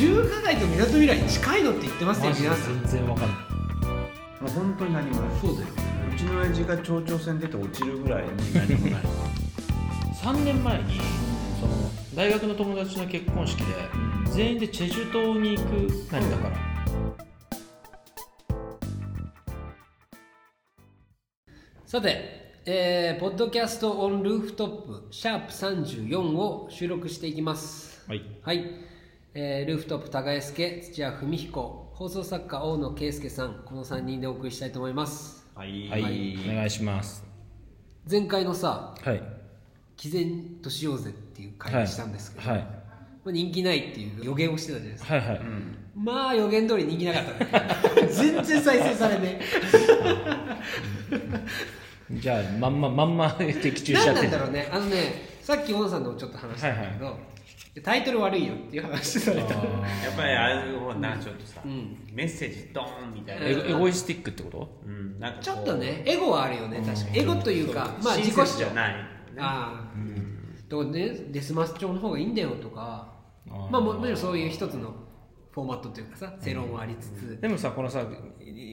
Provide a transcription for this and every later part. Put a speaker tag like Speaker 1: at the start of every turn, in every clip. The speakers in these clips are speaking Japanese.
Speaker 1: とみなとみらいに近いのって言ってますよ
Speaker 2: マジで
Speaker 1: 皆さん
Speaker 2: 全然わかんない
Speaker 3: もう本当に何もない
Speaker 1: そうだよ
Speaker 3: うちの親父が頂上線出て落ちるぐらいに何もない
Speaker 2: 3年前にその大学の友達の結婚式で全員でチェジュ島に行く何だから、
Speaker 4: さて、えーポッドキャストオンルーフトップ、シャープ34を収録していきます。
Speaker 2: はい
Speaker 4: はい。えールーフトップ、耕介、土屋文彦、放送作家、大野圭介さん、この3人でお送りしたいと思います。
Speaker 3: はい
Speaker 2: はい、お願いします
Speaker 4: 前回のさ、
Speaker 2: はい
Speaker 4: 毅然としようぜっていう会議したんですけど、
Speaker 2: はい
Speaker 4: まあ人気ないっていう予言をしてたじゃないですか。
Speaker 2: はいはい、
Speaker 4: まあ予言通り人気なかった ね。全然再生されね
Speaker 2: じゃあまんままんま 的
Speaker 4: え。
Speaker 2: 中しち
Speaker 4: 何
Speaker 2: ゃっ
Speaker 4: な
Speaker 2: て
Speaker 4: んだろうね、あのね、さっき大野さんともちょっと話したんだけど、タイトル悪いよっていう話された。
Speaker 3: やっぱりああいう方なちょっとさ、
Speaker 4: うん
Speaker 3: メッセージドーンみたいな、
Speaker 2: エゴエゴイスティックってこと
Speaker 3: うん、なんかこう
Speaker 4: ちょっとね、エゴはあるよね、確かに。エゴというか、まあ、
Speaker 3: 親
Speaker 4: 自己
Speaker 3: 切
Speaker 4: 主張。
Speaker 3: じゃない、
Speaker 4: ああ。とね、デスマス調の方がいいんだよとか、
Speaker 2: あー
Speaker 4: まあ、ももちろんそういう一つのフォーマットというかさ、正論はありつつ、
Speaker 2: でもさこのさ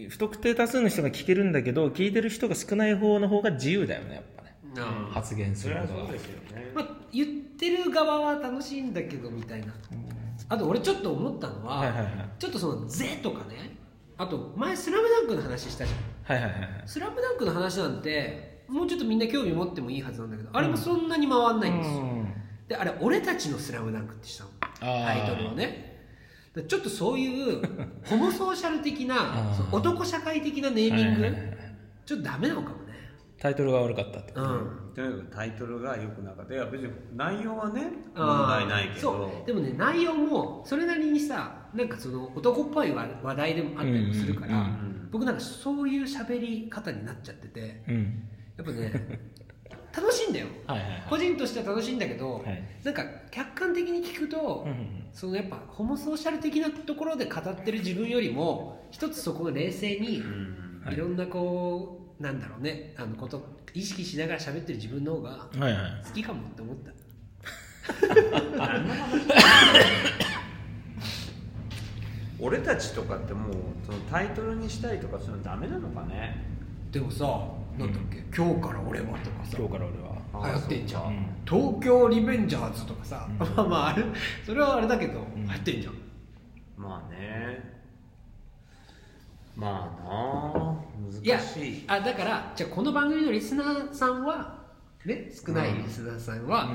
Speaker 2: 不特定多数の人が聞けるんだけど聞いてる人が少ない方の方が自由だよねやっぱね
Speaker 4: あ
Speaker 2: 発言す
Speaker 3: それ
Speaker 2: る
Speaker 3: は
Speaker 2: こと
Speaker 3: そう
Speaker 2: が
Speaker 3: ですよね
Speaker 4: あまあ、言ってる側は楽しいんだけどみたいな。あと、俺ちょっと思ったのは、
Speaker 2: はいはいはい
Speaker 4: ちょっとその、ぜとかね、あと、前、スラムダンクの話したじゃん。
Speaker 2: はいはいはいはい
Speaker 4: スラムダンクの話なんて、もうちょっとみんな興味持ってもいいはずなんだけど、あれもそんなに回んないんですよ。
Speaker 2: うん
Speaker 4: であれ「俺たちのスラムダンクってしたの
Speaker 2: あー
Speaker 4: タイトルをねだからちょっとそう いうホモソーシャル的な
Speaker 2: あー
Speaker 4: その男社会的なネーミン
Speaker 2: は
Speaker 4: グ
Speaker 2: いはいはい
Speaker 4: ちょっとダメなのかもね
Speaker 2: タイトルが悪かったって
Speaker 4: う
Speaker 2: こと
Speaker 4: ん
Speaker 3: とにかくタイトルがよくなかったいや別に内容はね問
Speaker 4: あー
Speaker 3: 題ないけど
Speaker 4: そうでもね内容もそれなりにさなんかその男っぽい話話題でもあったりもするから、
Speaker 2: うんうん
Speaker 3: うん
Speaker 4: 僕なんかそういう喋り方になっちゃってて
Speaker 2: うん
Speaker 4: やっぱ ね楽しいんだよ
Speaker 2: はいはいはい
Speaker 4: 個人としては楽しいんだけど、
Speaker 2: はい
Speaker 4: なんか客観的に聞くと、
Speaker 2: うんうん
Speaker 4: そのやっぱホモソーシャル的なところで語ってる自分よりも一つそこを冷静に
Speaker 3: うん
Speaker 2: はい
Speaker 4: いろんなこうなんだろうねあのこと意識しながら喋ってる自分の方が
Speaker 2: うんはいはい
Speaker 4: 好きかもって思った
Speaker 3: 俺たちとかってもうそのタイトルにしたりとかそういうのダメなのかね
Speaker 4: でもさなんだっけ、今日から俺は」とかさ
Speaker 2: 今日から俺は
Speaker 3: あー
Speaker 4: 流行ってんじゃん、
Speaker 2: うん
Speaker 4: 東京リベンジャーズ」とかさ、
Speaker 2: うん
Speaker 4: まあまああれそれはあれだけど、流行ってんじゃん
Speaker 3: まあねまあ
Speaker 4: いや
Speaker 3: なあ難しい
Speaker 4: あだからじゃあこの番組のリスナーさんはね少ないリスナーさんは、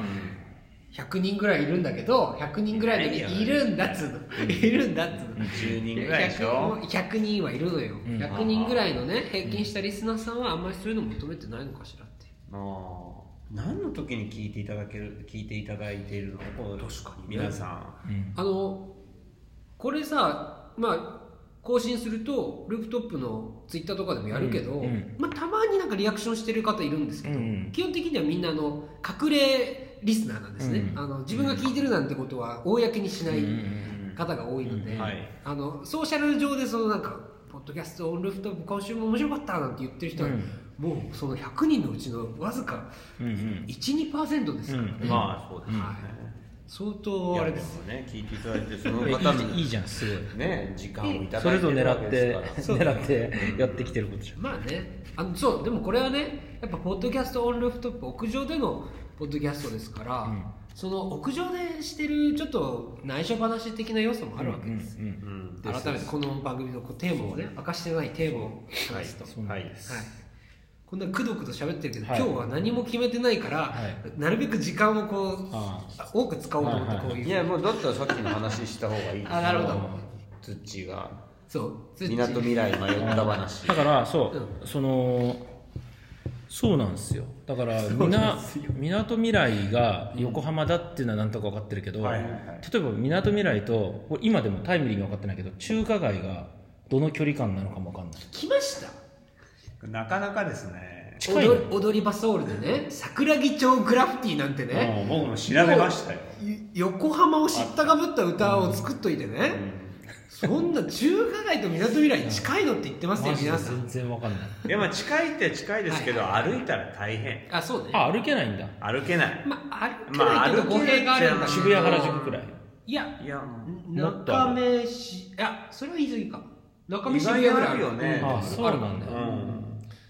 Speaker 4: 100人ぐらいいるんだけど100人ぐらいの
Speaker 3: いない
Speaker 4: い
Speaker 3: よ
Speaker 4: るんだっつうの いるんだっつうの
Speaker 3: 10人ぐらいでしょ
Speaker 4: 100 100人はいるのよ
Speaker 2: うん
Speaker 4: 100人ぐらいのね平均したリスナーさんはあんまりそういうの求めてないのかしらって
Speaker 3: ああ何の時に聞いていただける聞いていただいているの確か
Speaker 4: にね
Speaker 3: 皆さ
Speaker 2: うん
Speaker 4: あのこれさまあ更新するとループトップのツイッターとかでもやるけど、
Speaker 2: うんうん
Speaker 4: まあ、たまになんかリアクションしてる方いるんですけど、
Speaker 2: うんうん
Speaker 4: 基本的にはみんなあの隠れリスナーなんですね、
Speaker 2: うん
Speaker 4: あの自分が聞いてるなんてことは公にしない、
Speaker 2: うん
Speaker 4: 方が多いので、
Speaker 3: うんはい
Speaker 4: あのソーシャル上でそのなんか「ポッドキャストオンルーフトップ今週も面白かった」なんて言ってる人は、
Speaker 2: うん
Speaker 4: もうその100人のうちのわずか
Speaker 2: うんうん
Speaker 4: 12%ですからね、
Speaker 2: うん
Speaker 3: んまあそうですね、
Speaker 4: はい相
Speaker 3: い
Speaker 4: 当
Speaker 3: や
Speaker 4: あれ
Speaker 3: で
Speaker 4: で
Speaker 3: も
Speaker 4: す
Speaker 3: ね聞いていただいてその
Speaker 2: い
Speaker 3: 方の
Speaker 2: いいいじゃんすごい
Speaker 3: ね時間をいた
Speaker 2: そ
Speaker 3: だ
Speaker 2: れ
Speaker 3: いて
Speaker 2: ぞれ
Speaker 3: るわけ
Speaker 2: 狙っ
Speaker 3: です
Speaker 2: て
Speaker 3: から
Speaker 2: 狙ってやってきてることじゃん
Speaker 4: まあねあのそうでもこれはねやっぱポッドキャストオンルーフトップ屋上でのポッドキャストですから、
Speaker 2: うん
Speaker 4: その屋上でしてるちょっと内緒話的な要素もあるわけです、
Speaker 2: うんうん
Speaker 3: うん
Speaker 4: 改めてこの番組のこうテーマをね明かしてないテーマを話すと、
Speaker 2: そうなんで
Speaker 4: はい、こんなくどくど喋ってるけど、
Speaker 2: はい
Speaker 4: 今日は何も決めてないから、
Speaker 2: はい
Speaker 4: なるべく時間をこう
Speaker 2: あ
Speaker 4: 多く使おうと思って
Speaker 2: はいはい
Speaker 4: こういう、
Speaker 3: いやもうだったらさっきの話した方がいいですよ
Speaker 4: あなるほど
Speaker 3: 土が
Speaker 4: そうつっち
Speaker 3: みなとみらい迷った話
Speaker 2: だからそうそのそうなんですよだからみなみなとみらいが横浜だっていうのはなんとか分かってるけど、
Speaker 3: はいはいはい
Speaker 2: 例えばみなとみらいとこれ今でもタイムリーに分かってないけど中華街がどの距離感なのかも分かんない
Speaker 4: 来ました
Speaker 3: なかなかですね
Speaker 2: 近いね
Speaker 4: 踊り踊り場ソウルでね桜木町グラフィティなんてね、
Speaker 3: 僕も調べましたよ
Speaker 4: い横浜を知ったかぶった歌を作っといてね、そんな中華街とみなとみらいに近いのって言ってますよ
Speaker 2: マジで
Speaker 4: 皆さん
Speaker 2: 全然分かんない
Speaker 3: いやまあ近いって近いですけど歩いたら大変
Speaker 4: あそうね
Speaker 2: あ歩けないんだ
Speaker 3: 歩けない
Speaker 4: まあ歩け
Speaker 3: ま
Speaker 4: な
Speaker 3: あ
Speaker 4: いけど語弊があるんだけど
Speaker 2: 渋谷原宿くらい
Speaker 4: いや
Speaker 3: いやもう
Speaker 2: もっと
Speaker 4: 中
Speaker 2: あ
Speaker 4: 目しいやそれは言い過ぎかも中目
Speaker 3: 意
Speaker 4: 渋
Speaker 3: 外
Speaker 4: 谷
Speaker 3: に
Speaker 4: ぐらい
Speaker 3: あるよね
Speaker 2: あそうなんだ
Speaker 3: う
Speaker 2: よ、
Speaker 3: ん、
Speaker 2: い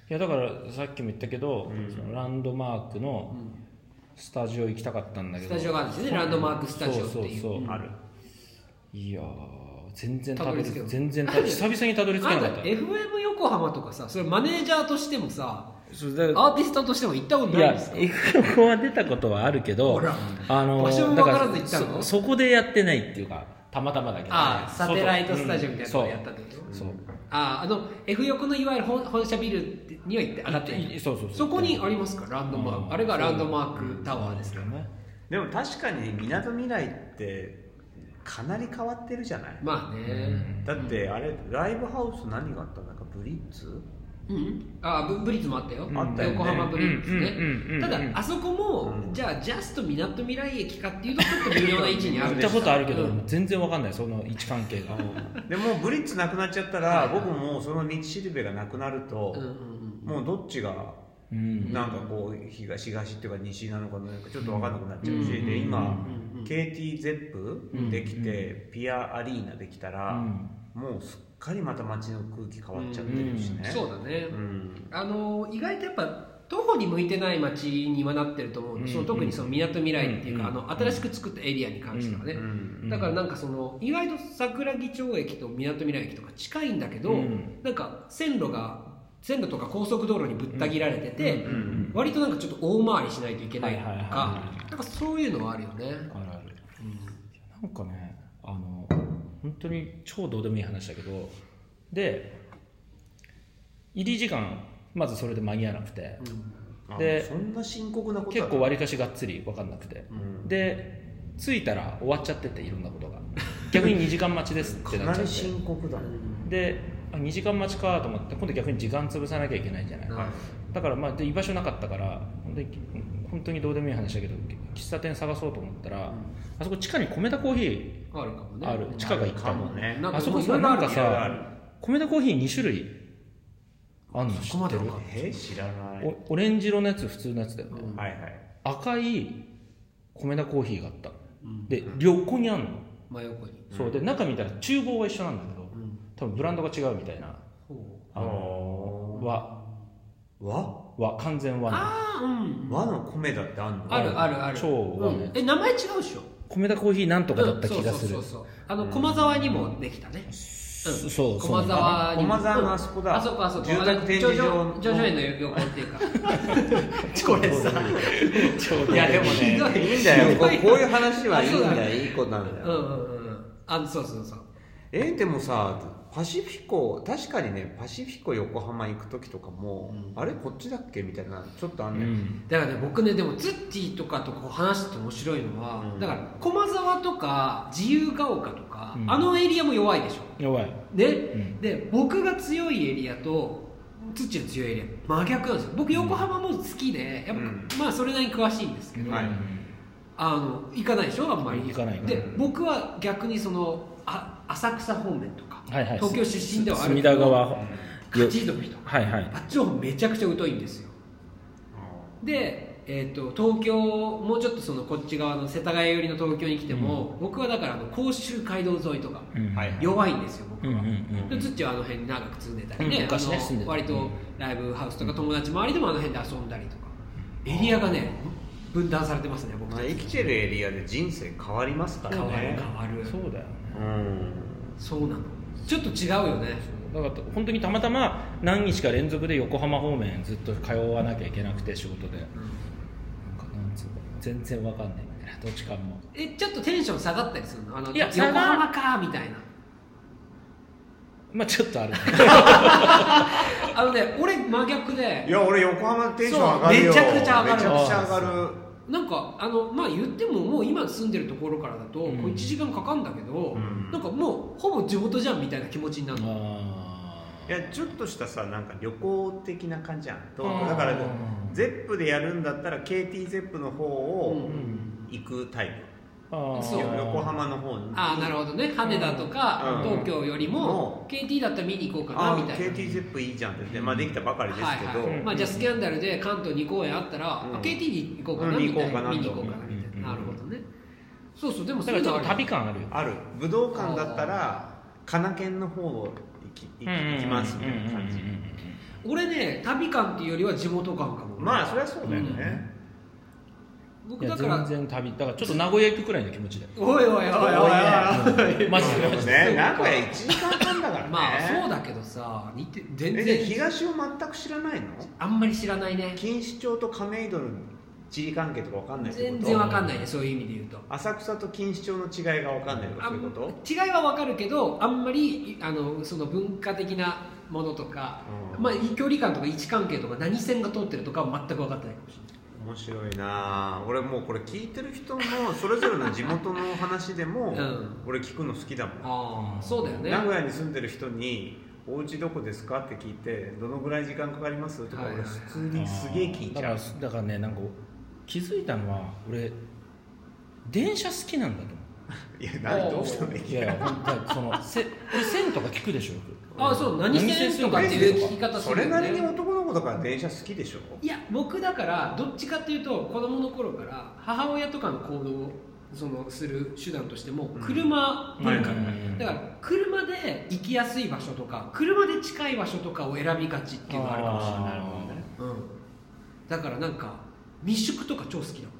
Speaker 2: やだからさっきも言ったけど、
Speaker 3: うん
Speaker 2: そのランドマークのスタジオ行きたかったんだけ
Speaker 4: ス
Speaker 2: ど
Speaker 4: タジオがあるんですよねランドマークスタジオっていう
Speaker 2: そうそうそう
Speaker 3: ある
Speaker 2: いやー全然たどり着
Speaker 4: たどり着けない
Speaker 2: 全然た久々にたどり着け
Speaker 4: あ
Speaker 2: な
Speaker 4: な
Speaker 2: か
Speaker 4: た
Speaker 2: った
Speaker 4: FM 横浜とかさそれマネージャーとしてもさ
Speaker 2: そうだから
Speaker 4: アーティストとしても行ったことな
Speaker 2: い
Speaker 4: いん
Speaker 2: や
Speaker 4: ですか
Speaker 2: 行くは出たことはあるけど
Speaker 4: ほら
Speaker 2: あの
Speaker 4: 場所も分からず行ったの
Speaker 2: だらそそこでやってないっていうかたまたまだけどね、
Speaker 4: ああサテライトスタジオみたいなとこ
Speaker 2: の
Speaker 4: やったってこと、
Speaker 2: そうそう
Speaker 4: あああの F 横のいわゆる本本社ビルには行って上がってない
Speaker 2: そうそうそう
Speaker 4: そこにありますからランドマーク、
Speaker 2: うん
Speaker 4: あれがランドマークタワーです
Speaker 2: そ
Speaker 4: か
Speaker 2: う
Speaker 4: ら、
Speaker 2: ね
Speaker 3: でも確かにみなとみらいってかなり変わってるじゃない
Speaker 4: まあね
Speaker 3: だってあれライブハウス何があったんだかブリッツ
Speaker 4: うん、あブブリッツもあったよ
Speaker 3: あったよね
Speaker 4: 横浜ブリッツね、
Speaker 2: うんうんうんうん
Speaker 4: ただあそこも、
Speaker 3: うん
Speaker 4: じゃあジャストみなとみらい駅かっていうとちょっと微妙な位置にあ
Speaker 2: 行
Speaker 4: る
Speaker 2: ったことあるけど、
Speaker 4: うん
Speaker 2: 全然わかんないその位置関係が、
Speaker 3: でもうブリッツなくなっちゃったら僕もうその道しるべがなくなると
Speaker 4: うんうんうん
Speaker 3: もうどっちが
Speaker 2: うん
Speaker 3: なんかこう東東っていうか西なのかなんかちょっと分かんなくなっちゃうし
Speaker 4: うん
Speaker 3: で今
Speaker 4: うん
Speaker 3: KT ゼップできてピアアリーナできた
Speaker 2: う
Speaker 3: ら
Speaker 2: ん
Speaker 3: もうすっかりまた街の空気変わっちゃってるしね
Speaker 4: そうだね、
Speaker 3: うん
Speaker 4: あの意外とやっぱ徒歩に向いてない街にはなってると思う、
Speaker 2: うん
Speaker 4: その特にそのみなとみらいっていうか、
Speaker 2: うん
Speaker 4: あの新しく作ったエリアに関してはね、
Speaker 3: うん
Speaker 4: だからなんかその意外と桜木町駅とみなとみらい駅とか近いんだけど、
Speaker 2: うん
Speaker 4: なんか線路が線路とか高速道路にぶった切られてて、
Speaker 3: うんうん
Speaker 4: 割となんかちょっと大回りしないといけないとか、
Speaker 2: はいはいは
Speaker 4: なんかそういうのはあるよね、
Speaker 2: あるあるいやなんかねあの本当に超どうでもいい話だけどで入り時間まずそれで間に合わなくて
Speaker 3: あ
Speaker 2: で
Speaker 3: そんな深刻なことあ
Speaker 2: 結
Speaker 3: る
Speaker 2: 構わりかしがっつり分かんなくて
Speaker 3: うん
Speaker 2: で着いたら終わっちゃってていろんなことが逆に2時間待ちですってな
Speaker 3: か
Speaker 2: っ
Speaker 3: な
Speaker 2: ちゃっ
Speaker 3: り
Speaker 2: て
Speaker 3: 深刻だね
Speaker 2: で2時間待ちかと思って今度逆に時間潰さなきゃいけないじゃない
Speaker 4: はい
Speaker 2: だからまあで居場所なかったから本当に本当にどうでもいい話だけど喫茶店探そうと思ったら、あそこ地下に米田コーヒー
Speaker 4: あるかもね
Speaker 2: ある地下が一
Speaker 3: か
Speaker 2: 回
Speaker 3: も
Speaker 2: も
Speaker 3: ね
Speaker 4: なんか
Speaker 2: あそこ
Speaker 4: そ
Speaker 2: さ
Speaker 4: れがあ
Speaker 2: な
Speaker 4: る
Speaker 2: んか
Speaker 4: いろいろ
Speaker 2: さ米田コーヒー2種類あんの知
Speaker 4: そこま
Speaker 2: っ
Speaker 4: でわ
Speaker 2: てる
Speaker 4: かんない
Speaker 3: え知らないは
Speaker 2: おオレンジ色のやつ普通のやつだよね、
Speaker 4: うん
Speaker 3: いはい
Speaker 2: 赤い米田コーヒーがあった
Speaker 4: うん
Speaker 2: で横にあんの、
Speaker 4: 真横に、
Speaker 2: そうで中見たら厨房は一緒なんだけど
Speaker 4: うん
Speaker 2: 多分ブランドが違うみたいな
Speaker 4: ほう
Speaker 2: あの和
Speaker 3: 和
Speaker 2: 和完全和の
Speaker 4: ああうん
Speaker 3: 和の米だってあんの
Speaker 4: あるあるある
Speaker 2: 超和のやつ
Speaker 4: うんえ名前違うでしょ
Speaker 2: 米田コーヒーなんとかだった気がする、
Speaker 4: うんそうそうそうそうあの駒沢にもできたね、
Speaker 2: そそう
Speaker 4: 駒沢にも
Speaker 3: 駒沢のあそこだ
Speaker 4: あそこあそこ
Speaker 3: 住宅展示場の
Speaker 4: 上上園の横っていう か
Speaker 3: これさ
Speaker 2: そう
Speaker 3: いやでもね
Speaker 4: ひどい
Speaker 3: いいんだよこう
Speaker 4: ひどい
Speaker 3: こういう話はいいんだよいいことなんだ
Speaker 4: う
Speaker 3: よ、
Speaker 4: んうんうんあそうそうそう
Speaker 3: えでもさパシフィコ確かにねパシフィコ横浜行く時とかも、あれこっちだっけみたいなちょっとあんね、
Speaker 2: うん
Speaker 4: だからね僕ねでもツッチーとかとこう話してて面白いのは、
Speaker 3: うん
Speaker 4: だから駒沢とか自由が丘とか、
Speaker 2: うん
Speaker 4: あのエリアも弱いでしょ
Speaker 2: やばい
Speaker 4: ね、
Speaker 2: ん
Speaker 4: で僕が強いエリアとツッチーの強いエリア真逆なんですよ僕横浜も好きでやっぱ、
Speaker 3: うん
Speaker 4: まあそれなりに詳しいんですけど、
Speaker 3: はい
Speaker 4: あの行かないでしょあんまり
Speaker 2: 行かない
Speaker 4: で僕は逆にそのあ浅草方面とか、
Speaker 2: はいはい
Speaker 4: 東京出身ではある
Speaker 2: 隅田川
Speaker 3: うん
Speaker 4: 勝ち富とか
Speaker 2: はいはい
Speaker 4: あっちの方めちゃくちゃ疎いんですよで、えー、と東京もうちょっとそのこっち側の世田谷寄りの東京に来ても、僕はだからあの甲州街道沿いとか
Speaker 2: うん
Speaker 3: はいはい
Speaker 4: 弱いんですよ僕
Speaker 2: うんうん
Speaker 4: は、
Speaker 2: うん
Speaker 4: で土はあの辺に長く住んでたりね,、
Speaker 2: うん昔ね
Speaker 4: あの
Speaker 2: 住んでた
Speaker 4: 割とライブハウスとか友達周りでもあの辺で遊んだりとかエリアがね分断されてますね僕
Speaker 3: ま
Speaker 4: た
Speaker 3: あ、
Speaker 4: ち
Speaker 3: 生きてるエリアで人生変わりますから
Speaker 4: 変わる
Speaker 3: ね
Speaker 4: 変わる
Speaker 2: そうだよね
Speaker 3: うん
Speaker 4: そうなのちょっと違うよね
Speaker 2: だから本当にたまたま何日か連続で横浜方面ずっと通わなきゃいけなくて仕事でなんかなんつうか全然わかんないみたいなどっちかも
Speaker 4: えちょっとテンション下がったりするのあの
Speaker 2: いや
Speaker 4: 横浜かみたいな
Speaker 2: まあちょっとある ね
Speaker 4: あのね俺真逆
Speaker 3: い
Speaker 4: で
Speaker 3: や俺横浜テンション上がるよ
Speaker 4: そうめちゃくちゃ上がる
Speaker 3: めちゃくちゃ上がる
Speaker 4: なんかあのまあ言ってももう今住んでるところからだと、
Speaker 2: うん
Speaker 4: こう1時間かかんだけど、
Speaker 3: うん
Speaker 4: なんかもうほぼ地元じゃんみたいな気持ちになるの、
Speaker 2: あ
Speaker 3: いやちょっとしたさなんか旅行的な感じじゃん東京
Speaker 2: あー
Speaker 3: だからゼップでやるんだったら KT ゼップの方
Speaker 4: う
Speaker 3: を
Speaker 2: ん
Speaker 3: 行くタイ
Speaker 2: あ
Speaker 3: プ、
Speaker 4: そう
Speaker 3: 横浜の方に
Speaker 4: ああなるほどね羽田とか、
Speaker 3: うん
Speaker 4: 東京よりも、KT だったら見に行こうかな
Speaker 3: あ
Speaker 4: みたいな
Speaker 3: KT ゼップいいじゃんって言って、まあ、できたばかりです
Speaker 4: はい
Speaker 3: けど、
Speaker 4: はいまあ、じゃあスキャンダルで関東2公演あったら、
Speaker 3: うん
Speaker 4: あ KT に行こうかな
Speaker 3: うん
Speaker 4: みたいな、
Speaker 3: 行こうかなと
Speaker 4: 見に行こうかなみたいな、
Speaker 2: う
Speaker 4: なるほどねそうそうでも
Speaker 2: だ
Speaker 4: そ
Speaker 2: か
Speaker 4: うい
Speaker 2: ら
Speaker 4: う
Speaker 2: ちょ
Speaker 4: のあ
Speaker 2: っと
Speaker 4: る
Speaker 2: 旅感あるよ
Speaker 3: ある武道館だったらかなけんの方を行き行き行きますみたいな感じ
Speaker 2: じ
Speaker 4: 俺ね旅感っていうよりは地元感かも
Speaker 3: まあそれはそうだよね、
Speaker 4: 僕だか
Speaker 2: 全
Speaker 4: ら
Speaker 2: 然旅だからちょっと名古屋行くくらいの気持 ちで
Speaker 4: おいおいおいおいおい
Speaker 2: うんマジで
Speaker 3: で
Speaker 2: マ
Speaker 3: も
Speaker 2: ジで
Speaker 3: ね名古屋1時間半だからね
Speaker 4: まあそうだけどさ似て全
Speaker 3: えで
Speaker 4: 然
Speaker 3: 東を全く知らないの
Speaker 4: あんまり知らないね
Speaker 3: 錦糸町と亀戸の地理関係とかわかんないってこと
Speaker 4: 全然わかんないねそういう意味で言うと
Speaker 3: 浅草と錦糸町の違いがわかんないとか
Speaker 4: あ
Speaker 3: そういうこと
Speaker 4: 違いはわかるけどあんまりいあのその文化的なものとか、
Speaker 3: うん
Speaker 4: まあ、距離感とか位置関係とか何線が通ってるとかは全く分かってないかもしれない
Speaker 3: 面白いなあ俺もうこれ聞いてる人のそれぞれの地元の話でも、
Speaker 4: うん
Speaker 3: 俺聞くの好きだもん
Speaker 4: ああそうだよね
Speaker 3: 名古屋に住んでる人に「お家どこですか?」って聞いて「どのぐらい時間かかります?」とか
Speaker 4: はい
Speaker 3: 俺普通にすげえ聞いちゃ
Speaker 2: あ
Speaker 3: う
Speaker 2: ーだからだからねなんか気づいたのは俺電車好きなんだと思
Speaker 3: いや何どうしたの
Speaker 2: ういやいや本当にその せ俺線とか聞くでしょよ
Speaker 4: あそう何線とかっていう聞き方す
Speaker 3: そ
Speaker 4: る
Speaker 3: れ
Speaker 4: よ
Speaker 3: なりに
Speaker 4: ね
Speaker 3: 男の子だから電車好きでしょ
Speaker 4: いや僕だからどっちかっていうと子供の頃から母親とかの行動をそのする手段としても
Speaker 3: うん
Speaker 4: 車文化、
Speaker 2: うんうんうん
Speaker 4: だから車で行きやすい場所とか車で近い場所とかを選びがちっていうのがあるかもしれない
Speaker 2: あーなるほどね
Speaker 4: うん、だからなんか密宿とか超好きだもん
Speaker 2: く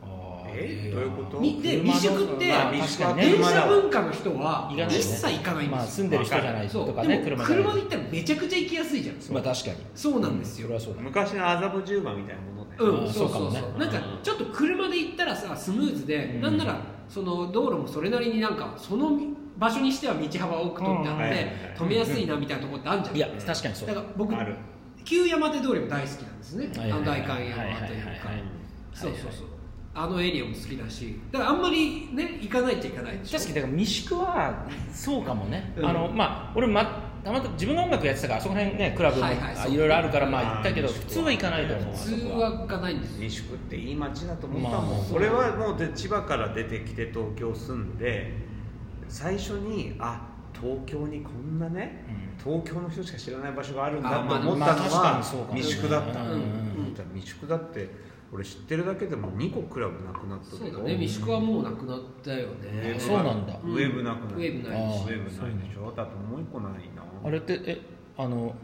Speaker 2: あー
Speaker 3: え
Speaker 2: いや
Speaker 3: どういうこと
Speaker 4: みで
Speaker 2: 車の
Speaker 4: 未熟って
Speaker 2: まあ
Speaker 3: 未
Speaker 2: 確かに
Speaker 3: 熟は
Speaker 2: ね
Speaker 4: 電
Speaker 3: 車
Speaker 4: 車
Speaker 3: だわ
Speaker 4: 文化の人は
Speaker 2: 行かないね
Speaker 4: 一切行かないん
Speaker 2: まあ、
Speaker 4: ですよ、
Speaker 2: 住んでる人じゃない
Speaker 4: そう
Speaker 2: と
Speaker 4: で
Speaker 2: か
Speaker 4: も
Speaker 2: ね車じゃない
Speaker 4: 車で行ったらめちゃくちゃ行きやすいじゃん
Speaker 2: まあ確かに
Speaker 4: そうなんですよ、
Speaker 2: それはそうだ
Speaker 3: 昔の麻布十番みたいなものね、
Speaker 4: うん、
Speaker 2: あー
Speaker 4: そう
Speaker 2: そうか
Speaker 4: そう
Speaker 2: も
Speaker 4: そ
Speaker 2: ね
Speaker 4: う、なんかちょっと車で行ったらさスムーズで、
Speaker 2: うん
Speaker 4: なんならその道路もそれなりになんかその場所にしては道幅多く取ってあ
Speaker 2: うん
Speaker 3: はい
Speaker 4: っ
Speaker 3: はいは
Speaker 4: て
Speaker 3: い
Speaker 4: 止めやすいなみたいなとこってあるじゃん
Speaker 2: いや確かにそう
Speaker 4: だから僕
Speaker 3: ある
Speaker 4: 旧山手通りも大好きなんですね、
Speaker 2: はいはい
Speaker 4: あの
Speaker 2: はい
Speaker 4: 代官山というか、
Speaker 2: はいはいはい
Speaker 4: そうそうそう、あのエリアも好きだしだからあんまりね行かないっちゃ行かないでしょ
Speaker 2: 確かにだから未宿はそうかもね、
Speaker 4: うん
Speaker 2: あのまあ俺またまた自分が音楽やってたからあそこら辺ねクラブも
Speaker 4: はいはい
Speaker 2: あ
Speaker 4: そう
Speaker 2: いろいろあるからまあ行ったけど
Speaker 3: あー
Speaker 2: 普通は行かないと思う
Speaker 4: 普通は行かないんですよ
Speaker 3: 民宿っていい街だと思ったもん、
Speaker 2: まあ
Speaker 3: 俺はもうで千葉から出てきて東京住んで最初にあ東京にこんなね、東京の人しか知らない場所があるんだ
Speaker 4: あ
Speaker 3: と
Speaker 4: まあ
Speaker 3: 思ったの
Speaker 2: まあ確かにそう
Speaker 3: は
Speaker 2: かもね
Speaker 3: 未宿だった
Speaker 2: うん
Speaker 4: うんうん
Speaker 3: じゃあ未宿だって俺知ってるだけでも2個クラブなくなった
Speaker 4: そう
Speaker 3: けど
Speaker 4: だね三宿はもうなくなったよ
Speaker 3: ウェ
Speaker 4: ね
Speaker 3: ブ
Speaker 2: そうなんだ
Speaker 3: ウェブなくな
Speaker 4: ウェブない
Speaker 2: し
Speaker 3: ウェブないでしょだともう1個ないな
Speaker 2: あれってえあの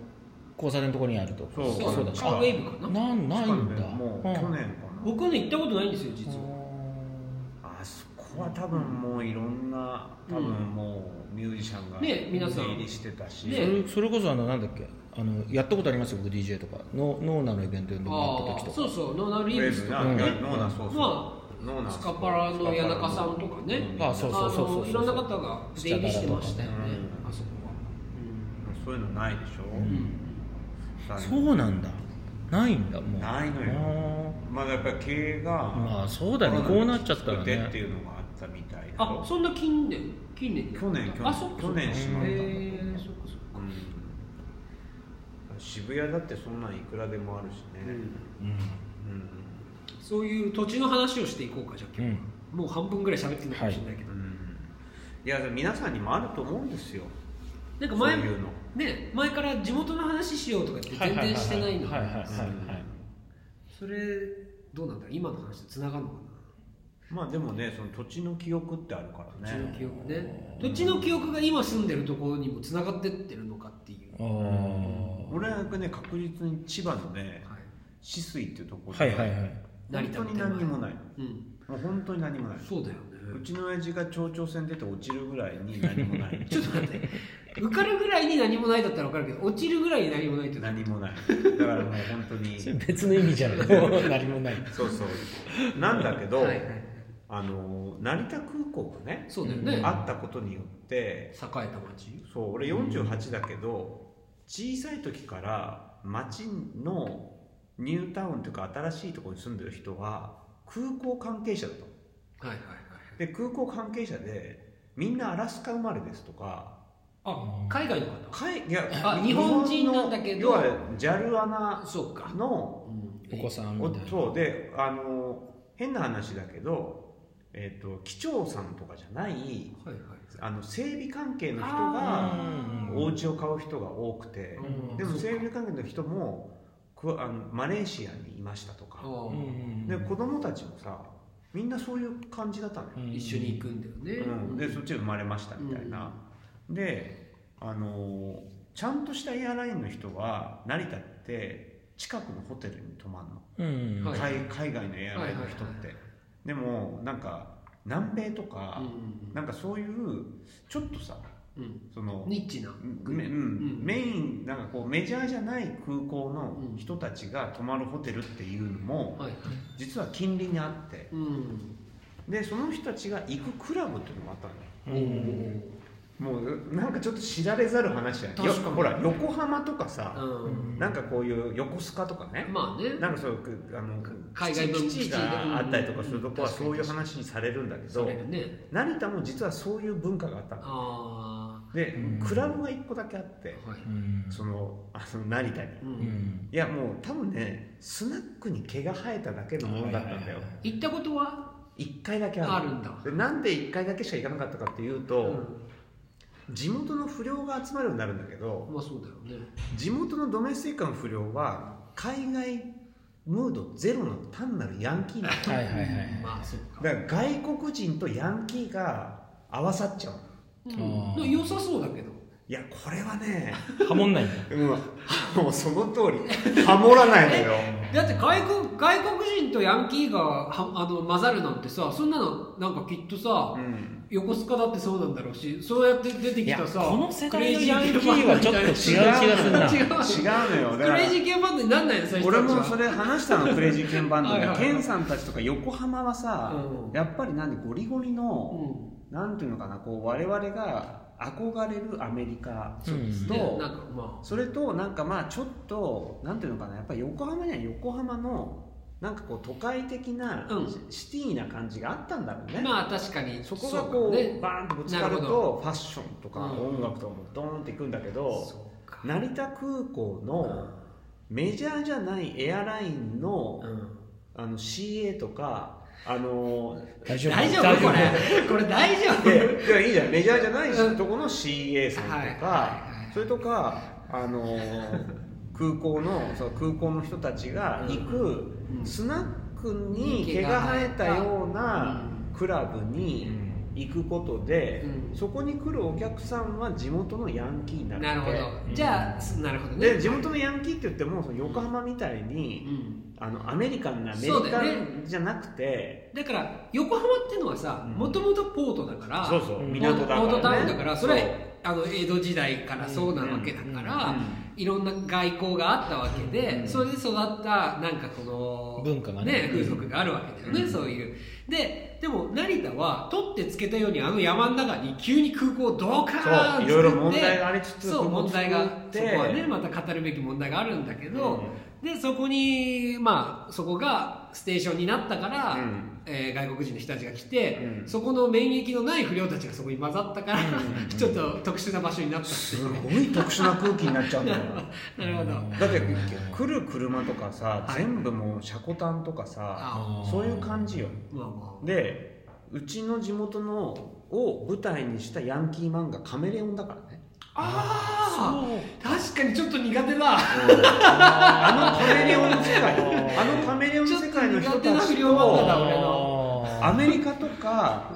Speaker 2: 交差点のところにあると
Speaker 3: そう
Speaker 2: だ
Speaker 4: カーウェーブかな
Speaker 2: なんないんだ
Speaker 3: もう去年かな、
Speaker 4: 僕はね行ったことないんですよ実は
Speaker 3: あそこは多分もういろんな多分もうミュージシャンが
Speaker 4: ね皆さん
Speaker 3: 出入りしてたし、
Speaker 2: そ
Speaker 4: ね
Speaker 2: れそれこそあのなんだっけあのやったことありますよ僕 DJ とかのノーナのイベントに僕
Speaker 4: あ
Speaker 2: 行った時
Speaker 4: あ
Speaker 2: とか
Speaker 4: そうそうノーナル
Speaker 3: ウ
Speaker 4: リーブ
Speaker 3: ェ
Speaker 4: ス
Speaker 3: ブ
Speaker 4: と
Speaker 3: な、
Speaker 4: か
Speaker 2: うん
Speaker 3: ノーナそうそう、
Speaker 4: ま
Speaker 3: ノーナ
Speaker 4: スカパラの谷中さんとかね
Speaker 2: あそうそうそうそう
Speaker 4: あのいろんな方が出入りしてましたよね
Speaker 3: うん
Speaker 4: あそこは
Speaker 3: そういうのないでしょ、
Speaker 4: うん、
Speaker 3: だから
Speaker 2: そうなんだないんだもう
Speaker 3: ないのよまあやっぱり経営が
Speaker 2: あーまあそうだね
Speaker 3: コ
Speaker 2: こう
Speaker 3: ロ
Speaker 2: な
Speaker 3: ナ
Speaker 2: っ
Speaker 3: に
Speaker 2: ちゃったら
Speaker 3: きつくて
Speaker 2: ね
Speaker 3: っていうのがあったみたいだ
Speaker 4: あ
Speaker 3: よ
Speaker 4: そんな近年近年に
Speaker 3: 去年去年
Speaker 4: あそっかそっか
Speaker 3: 去年閉まったんだと思う
Speaker 4: へえそっかそっか
Speaker 3: うん渋谷だってそんなんいくらでもあるしね、
Speaker 4: そういう土地の話をしていこうかじゃあ今日は、もう半分ぐらい喋ってるかもしれないけ
Speaker 3: う
Speaker 4: ど、
Speaker 3: んいや皆さんにもあると思うんですよ
Speaker 4: なんか前
Speaker 3: そういうの
Speaker 4: ね前から地元の話しようとかって全然してないの
Speaker 2: はいはいはいはい
Speaker 4: それどうなんだろう今の話とつながるのか
Speaker 3: まあでもねその土地の記憶ってあるか
Speaker 4: な
Speaker 3: ら
Speaker 4: 土地の
Speaker 3: ね
Speaker 4: 記憶ね土地の記憶が今住んでるところにもつながってってるのかっていう、
Speaker 2: あー
Speaker 3: 俺はね確実に千葉のね
Speaker 4: はい、
Speaker 3: 止水っていうところ
Speaker 2: は
Speaker 3: で、
Speaker 2: いはいはい
Speaker 4: 成
Speaker 3: 本
Speaker 4: 田
Speaker 3: 当に何にもない
Speaker 4: うん
Speaker 3: もう本当に何もない
Speaker 4: そうだよ
Speaker 3: う
Speaker 4: ね
Speaker 3: ちの親父が町長選出て落ちるぐらいに何もな い
Speaker 4: ちょっと待って受かるぐらいに何もないだったら分かるけど落ちるぐらいに何もないって
Speaker 3: 何もないだからもう本当 に
Speaker 2: それ別の意味じゃない何もない
Speaker 3: そうそうなんだけど、
Speaker 4: はいはいはい
Speaker 3: あの成田空港がね
Speaker 4: そうだよね、
Speaker 3: あったことによって
Speaker 4: 栄えた町
Speaker 3: そう俺48だけど、小さい時から町のニュータウンというか新しいところに住んでる人は空港関係者だと
Speaker 4: はいはいはい
Speaker 3: で空港関係者でみんなアラスカ生まれですとか
Speaker 4: あ海外の方
Speaker 3: かいいや
Speaker 4: あ
Speaker 3: に
Speaker 4: 日本人なんだけど
Speaker 3: 日本の要は JAL アナ
Speaker 4: そうか、
Speaker 3: の
Speaker 2: お子さんみ
Speaker 3: お
Speaker 2: たいな
Speaker 3: そうであの変な話だけど、えっと機長さんとかじゃない
Speaker 4: はいはい
Speaker 3: あの整備関係の人
Speaker 2: あ
Speaker 3: が
Speaker 2: ー
Speaker 3: お家を買う人が多くて、
Speaker 4: うん
Speaker 3: でも
Speaker 4: そうか
Speaker 3: 整備関係の人もくあのマレーシアにいましたと
Speaker 4: あ
Speaker 3: か、
Speaker 4: ー
Speaker 2: うん
Speaker 3: で子供たちもさみんなそういう感じだったのよ、
Speaker 2: うん
Speaker 4: 一緒に行くんだよね、
Speaker 3: うん、でそっちで生まれましたみたいな、であのーちゃんとしたエアラインの人は成田って近くのホテルに泊まるの
Speaker 2: うん
Speaker 4: はい
Speaker 3: 海海外のエアラインの人っ
Speaker 4: はいはい
Speaker 3: て、
Speaker 4: はい
Speaker 3: でもなんか南米とか、
Speaker 4: うん
Speaker 3: なんかそういうちょっとさ
Speaker 4: うん
Speaker 3: その
Speaker 4: ニッチな
Speaker 3: めうん
Speaker 4: うん
Speaker 3: メインなんかこうメジャーじゃない空港の人たちが泊まるホテルっていうのも
Speaker 4: はいはい
Speaker 3: 実は近隣にあって
Speaker 4: うん
Speaker 3: でその人たちが行くクラブっていうのもあったの
Speaker 2: う
Speaker 3: よ
Speaker 4: お
Speaker 2: ん
Speaker 4: ー
Speaker 3: もうなんかちょっと知られざる話だよよ
Speaker 4: 確かに
Speaker 3: ほら横浜とかさ、
Speaker 4: うん
Speaker 3: なんかこういう横須賀とかね、
Speaker 4: まあね
Speaker 3: なんかそういうくあの
Speaker 4: 海外文
Speaker 3: 基地があったりとかするとこは
Speaker 4: うん
Speaker 3: そういう話にされるんだけ
Speaker 4: そ
Speaker 3: ど
Speaker 4: れがね
Speaker 3: 成田も実はそういう文化があったの
Speaker 4: あ
Speaker 3: で
Speaker 2: うん
Speaker 3: クラブが1個だけあって
Speaker 4: あはい
Speaker 2: うん
Speaker 3: そのあの成田に
Speaker 4: う
Speaker 2: うんん
Speaker 3: いやもう多分ねスナックに毛が生えただけのものだったんだよ
Speaker 2: はいはいはい
Speaker 4: 行ったことは
Speaker 3: 1回だけあ
Speaker 4: あ
Speaker 3: る
Speaker 4: るんだ
Speaker 3: でなんで1回だけしか行かなかったかっていう
Speaker 4: う
Speaker 3: と、
Speaker 4: ん
Speaker 3: 地元の不良が集まるようになるんだけど、
Speaker 4: まあそうだよね
Speaker 3: 地元のドメスティックの不良は海外ムードゼロの単なるヤンキーなの
Speaker 2: はいはいはいはい
Speaker 4: まあそうか
Speaker 3: だから外国人とヤンキーが合わさっちゃうの
Speaker 2: あー
Speaker 4: うん良さそうだけど
Speaker 3: いやこれは ね、
Speaker 2: ハモんないんだ
Speaker 3: うん、もうその通りハモらないの よ
Speaker 4: だって外国外国人とヤンキーがはあの混ざるなんてさそんなのなんかきっとさ、
Speaker 3: うん
Speaker 4: 横須賀だってそうなんだろうしそうやって出て
Speaker 2: い
Speaker 4: き
Speaker 2: や
Speaker 4: たさ
Speaker 2: この世
Speaker 4: クレイ
Speaker 2: 代の
Speaker 4: ジ
Speaker 2: ヤンキ
Speaker 4: ー
Speaker 2: ーはちょっと違う気がするな
Speaker 4: 違う
Speaker 3: 違うのよだ
Speaker 4: ク
Speaker 3: か
Speaker 4: レ
Speaker 3: ら
Speaker 4: イジー系バンドになんないのそういう人
Speaker 3: 俺
Speaker 4: たちは
Speaker 3: もそれ話したのクレイジーケンバンド
Speaker 4: はいはい
Speaker 3: で
Speaker 4: はい
Speaker 3: ケンさんたちとか横浜はさ、
Speaker 4: うん
Speaker 3: やっぱり何ゴリゴリの、
Speaker 4: う
Speaker 3: なんていうのかなこう我々が憧れるアメリカ
Speaker 2: そうです
Speaker 4: ん
Speaker 3: と、
Speaker 2: ね
Speaker 4: ねなんかま
Speaker 3: それとなんかまあちょっとなんていうのかなやっぱり横浜には横浜のなんかこう都会的な
Speaker 4: うん
Speaker 3: シシティな感じがあったんだろう
Speaker 4: あ
Speaker 3: ね、
Speaker 4: まあ確かに
Speaker 3: そこが
Speaker 4: そ
Speaker 3: こ
Speaker 4: う
Speaker 3: う
Speaker 4: だね
Speaker 3: バーンとぶつかる
Speaker 4: なる
Speaker 3: とファッションとか
Speaker 4: うん
Speaker 3: 音楽とかもドーンっていくんだけど、
Speaker 4: そうか
Speaker 3: 成田空港のメジャーじゃないエアラインの,、
Speaker 4: うん
Speaker 3: あの CA とかあの
Speaker 2: 大丈夫
Speaker 4: 大丈夫これこれ大丈夫
Speaker 3: でいやいいじゃんメジャーじゃないし
Speaker 4: うん
Speaker 3: とこの CA さんとか、
Speaker 4: はいはいはい
Speaker 3: それとかあのー空港のその空港の人たちが行く
Speaker 4: うん
Speaker 3: スナックに毛が生えたようなクラブ
Speaker 2: う
Speaker 3: に
Speaker 2: ん
Speaker 3: 行くことで、
Speaker 4: うん
Speaker 3: そこに来るお客さんは地元のヤンキーになる
Speaker 4: なるほど
Speaker 2: うん
Speaker 4: じゃあすなるほどね
Speaker 3: で地元のヤンキーって言ってもその横浜みたいに、
Speaker 4: うん
Speaker 3: あのアメリカンなアメリ
Speaker 4: そうだ
Speaker 3: カ
Speaker 4: よね
Speaker 3: ンじゃなくて
Speaker 4: だから横浜っていうのはさ
Speaker 3: うん
Speaker 4: もともとポートだから
Speaker 3: そうそう
Speaker 2: うん
Speaker 3: 港だから、ね、
Speaker 4: ポートタウンだからそれ
Speaker 3: う
Speaker 4: はあの江戸時代からそうなわけだから、
Speaker 3: うん
Speaker 4: いろんな外交があったわけで、
Speaker 2: うん
Speaker 4: それで育ったなんかこの
Speaker 2: 文化がね
Speaker 4: ね風俗があるわけだよね、
Speaker 3: うん
Speaker 4: そういうででも成田は取ってつけたようにあの山の中に急に空港をドカーン
Speaker 3: そ
Speaker 4: 作
Speaker 3: ういろ
Speaker 4: っ
Speaker 3: い
Speaker 4: て
Speaker 3: ろ問題がありつつ
Speaker 4: そう
Speaker 3: ここ
Speaker 4: 問題が
Speaker 3: 作
Speaker 4: そ
Speaker 3: って
Speaker 4: こはねまた語るべき問題があるんだけど、でそこにまあそこがステーションになったから、
Speaker 3: うん
Speaker 4: えー外国人の人たちが来て、
Speaker 3: うん
Speaker 4: そこの免疫のない不良たちがそこに混ざったから、
Speaker 3: うんう ん
Speaker 4: ちょっと特殊な場所になったってい
Speaker 3: す
Speaker 4: う
Speaker 3: ごい特殊な空気になっちゃうんだよ
Speaker 4: なるほど、
Speaker 3: だって来る車とかさ
Speaker 4: はい
Speaker 3: 全部もう車庫タンとかさ
Speaker 4: あ
Speaker 3: そういう感じよ
Speaker 4: まあまあ
Speaker 3: でうちの地元のを舞台にしたヤンキー漫画「カメレオン」だからね
Speaker 4: ああ確かにちょっと苦手だ
Speaker 3: あのカメレオンの 世界あのカメレオンの世界の人
Speaker 4: ちょっと苦手
Speaker 3: た
Speaker 4: な不
Speaker 3: ち
Speaker 4: 良漫画
Speaker 3: と
Speaker 4: だ俺
Speaker 3: アメリカとか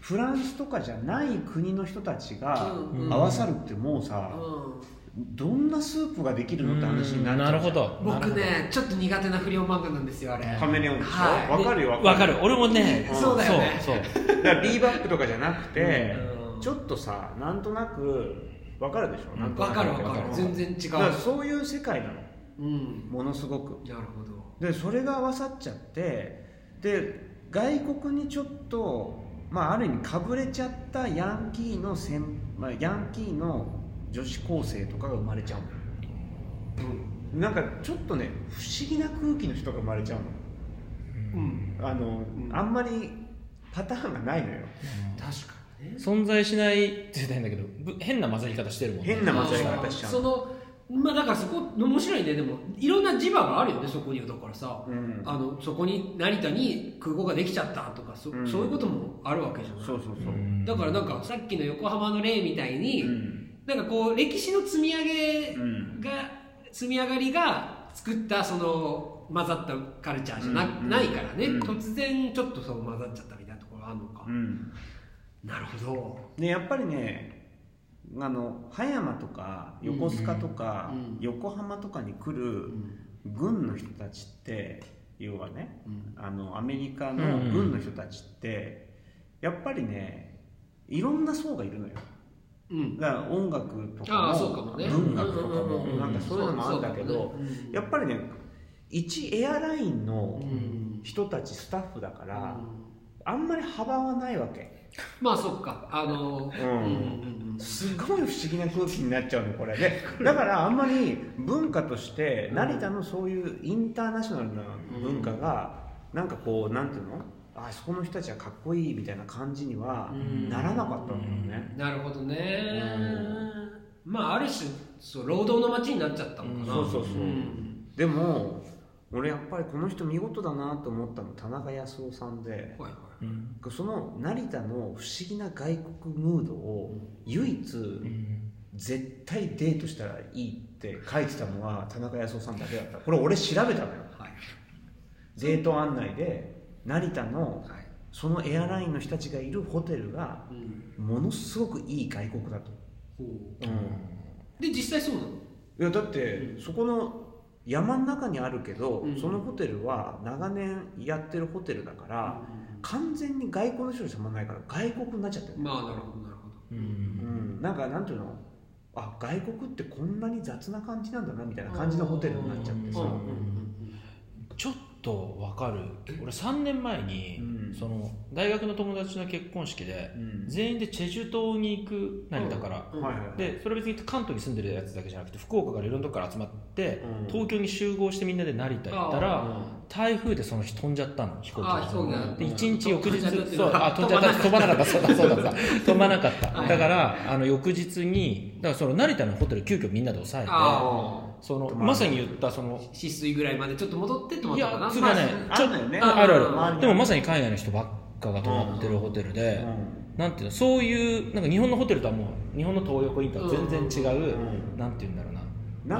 Speaker 3: フランスとかじゃない国の人たちが
Speaker 4: うん
Speaker 3: 合わさるってもうさ、
Speaker 4: うん
Speaker 3: どんなスープができるのって話になっちゃう
Speaker 2: なるほど
Speaker 4: 僕ねちょっと苦手な不良漫画なんですよあれ
Speaker 3: カメレオンでしょ、
Speaker 4: はい
Speaker 3: わかるよわ
Speaker 2: わかる俺もね
Speaker 4: そうだよね
Speaker 2: そうそう
Speaker 3: だからビーバップとかじゃなくて、
Speaker 4: うん
Speaker 3: ちょっとさなんとなくわかるでしょなんとな
Speaker 4: わ
Speaker 3: く
Speaker 4: かるわかる全然違
Speaker 3: だから
Speaker 4: う
Speaker 3: そういう世界なの
Speaker 4: うん
Speaker 3: ものすごく
Speaker 4: なるほど
Speaker 3: でそれが合わさっちゃってで外国にちょっと、まあ、ある意味かぶれちゃったヤンキーの先、まあ、ヤンキーの女子高生とかが生まれちゃうのなんかちょっとね不思議な空気の人が生まれちゃうの
Speaker 4: うん
Speaker 3: あの、
Speaker 4: ん
Speaker 3: あんまりパターンがないのよ
Speaker 4: 確かにね
Speaker 2: 存在しないって言ったらいいんだけどぶ変な混ざり方してるもんね
Speaker 3: 変な混ざり方しちゃう
Speaker 4: そのまあだからそこ面白いねでもいろんな磁場があるよねそこにはだからさ、
Speaker 3: うん
Speaker 4: あのそこに成田に空港ができちゃったとかそ,、
Speaker 3: うん
Speaker 4: そういうこともあるわけじゃない
Speaker 3: そうそうそう、
Speaker 2: うん
Speaker 4: だからなんかさっきの横浜の例みたいに、
Speaker 3: うん
Speaker 4: なんかこう歴史の積み上げ
Speaker 3: うん
Speaker 4: が積み上がりが作ったその混ざったカルチャーじゃな,、
Speaker 3: うんうん
Speaker 4: ないからね、
Speaker 3: うん
Speaker 4: 突然ちょっとそう混ざっちゃったみたいなところあるのか、
Speaker 3: うん
Speaker 4: なるほど
Speaker 3: でやっぱりねあの葉山とか横須賀とか、
Speaker 4: うんうん
Speaker 3: 横浜とかに来
Speaker 4: う
Speaker 3: る
Speaker 4: ん
Speaker 3: 軍の人たちって要はね
Speaker 4: うん
Speaker 3: あのアメリカの軍の人たちって、やっぱりねいろんな層がいるのよ
Speaker 4: うん
Speaker 3: だから音楽と
Speaker 4: あ
Speaker 3: か
Speaker 4: あそうか
Speaker 3: も
Speaker 4: もね
Speaker 3: 文学と
Speaker 4: う
Speaker 3: かも
Speaker 4: うう
Speaker 3: なんかそういうのもあるんだけど、
Speaker 4: うん
Speaker 3: やっぱりね一エアラインの
Speaker 4: うん
Speaker 3: 人たちスタッフだか
Speaker 4: う
Speaker 3: ら
Speaker 4: ん
Speaker 3: あんまり幅はないわけ
Speaker 4: まあそっかあの
Speaker 3: う
Speaker 4: うんんうんうん
Speaker 3: すごい不思議な空気になっちゃうのこ れねだからあんまり文化として成田のそういうインターナショナルな文化がなんかこうなんていうのあそこの人たちはかっこいいみたいな感じには
Speaker 4: うん
Speaker 3: ならなかったんだよね
Speaker 4: なるほどね、まあある種そう労働の街になっちゃったのかな、
Speaker 3: そうそうそう、
Speaker 4: ん
Speaker 3: でも俺やっぱりこの人見事だなと思ったの田中康夫さんで
Speaker 4: はいはい
Speaker 2: うん
Speaker 3: その成田の不思議な外国ムードを唯一
Speaker 2: うん
Speaker 3: 絶対デートしたらいいって書いてたのは田中康夫さんだけだったこれ俺調べたのよ
Speaker 4: はい
Speaker 3: デート案内で成田の
Speaker 4: はい
Speaker 3: そのエアラインの人たちがいるホテルが
Speaker 4: うん
Speaker 3: ものすごくいい外国だと、
Speaker 4: ほ
Speaker 3: うん
Speaker 4: うで実際そうなの
Speaker 3: いやだってそこの山の中にあるけど、
Speaker 4: うん
Speaker 3: そのホテルは長年やってるホテルだから、完全に外国の人にたまんないから外国になっちゃってる、
Speaker 4: まあなるほどなるほ
Speaker 2: う
Speaker 3: うんん、なんかなんていうのあ外国ってこんなに雑な感じなんだなみたいな感じのホテルになっちゃってさ、
Speaker 4: ど、
Speaker 2: うん
Speaker 4: うんうん
Speaker 2: ちょっとわかる俺3年前に、
Speaker 3: うん
Speaker 2: その大学の友達の結婚式で
Speaker 3: うん
Speaker 2: 全員でチェジュ島に行く成田から、
Speaker 4: うん
Speaker 3: はいはいはい
Speaker 2: でそれは別に関東に住んでるやつだけじゃなくて福岡からいろんなとこから集まって、
Speaker 3: うん
Speaker 2: 東京に集合してみんなで成田行った
Speaker 4: あ
Speaker 2: ら
Speaker 3: うん
Speaker 2: 台風でその日飛んじゃったの飛行機
Speaker 4: あ飛行機が
Speaker 2: で1日翌日
Speaker 4: 飛んじゃったっていう
Speaker 2: そう
Speaker 4: か
Speaker 2: あ飛んじゃった飛ばなかったそうだそうだ そうだ飛ばなかった
Speaker 4: はい
Speaker 2: だからあの翌日にだからその成田のホテル急遽みんなで抑えて
Speaker 4: あ
Speaker 2: その
Speaker 3: 泊まる
Speaker 2: まさに言ったその
Speaker 4: あ止水ぐらいまでちょっと戻って止ま
Speaker 2: い
Speaker 4: ったかな
Speaker 2: やつうかね
Speaker 4: まあ
Speaker 3: あるのよね
Speaker 4: あ
Speaker 2: あるある
Speaker 4: 周
Speaker 2: でもまさに海外の人ばっかが泊まってるホテルで、なんていうのそういうなんか日本のホテルとはもう日本の東横インターは全然違う、
Speaker 3: うん
Speaker 2: なんていうんだろうな